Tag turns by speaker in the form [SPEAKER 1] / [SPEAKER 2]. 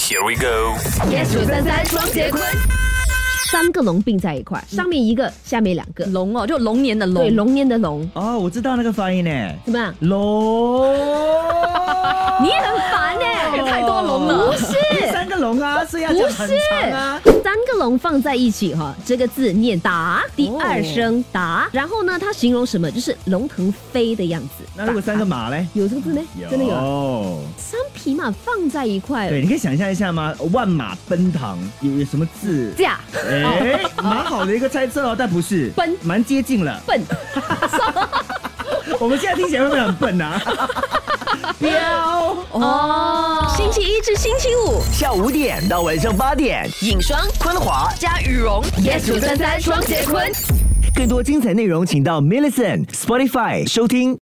[SPEAKER 1] Here we go。
[SPEAKER 2] yes 九三三双节棍，
[SPEAKER 3] 三个龙并在一块，上面一个，下面两个，
[SPEAKER 2] 龙哦，就龙年的龙。
[SPEAKER 3] 对，龙年的龙，
[SPEAKER 4] 哦，我知道那个发音呢，
[SPEAKER 3] 怎么样？
[SPEAKER 4] 龙。
[SPEAKER 2] 哦你也很烦哎、有太多龙了。
[SPEAKER 3] 不是。
[SPEAKER 4] 三个龙啊，是要讲很长啊。
[SPEAKER 3] 三个龙放在一起哈、这个字念达，第二声达，然后呢，它形容什么？就是龙腾飞的样子。
[SPEAKER 4] 那如果三个马嘞？
[SPEAKER 3] 有这个字呢？啊真的有啊。
[SPEAKER 4] 有。
[SPEAKER 3] 三匹马放在一块，
[SPEAKER 4] 对，你可以想象一下吗？万马奔腾有有什么字？
[SPEAKER 3] 架
[SPEAKER 4] 哎，蛮好的一个猜测哦，但不是
[SPEAKER 3] 哦奔
[SPEAKER 4] 蛮接近了。
[SPEAKER 3] 笨，
[SPEAKER 4] 我们现在听起来会不会很笨啊？彪，
[SPEAKER 2] 哦，
[SPEAKER 5] 星期一至星期五，
[SPEAKER 6] 下午五点到晚上八点，
[SPEAKER 2] 影霜
[SPEAKER 6] 昆华。
[SPEAKER 2] 加羽绒，yes 九三三双节棍。
[SPEAKER 6] 更多精彩内容，请到 Millison Spotify 收听。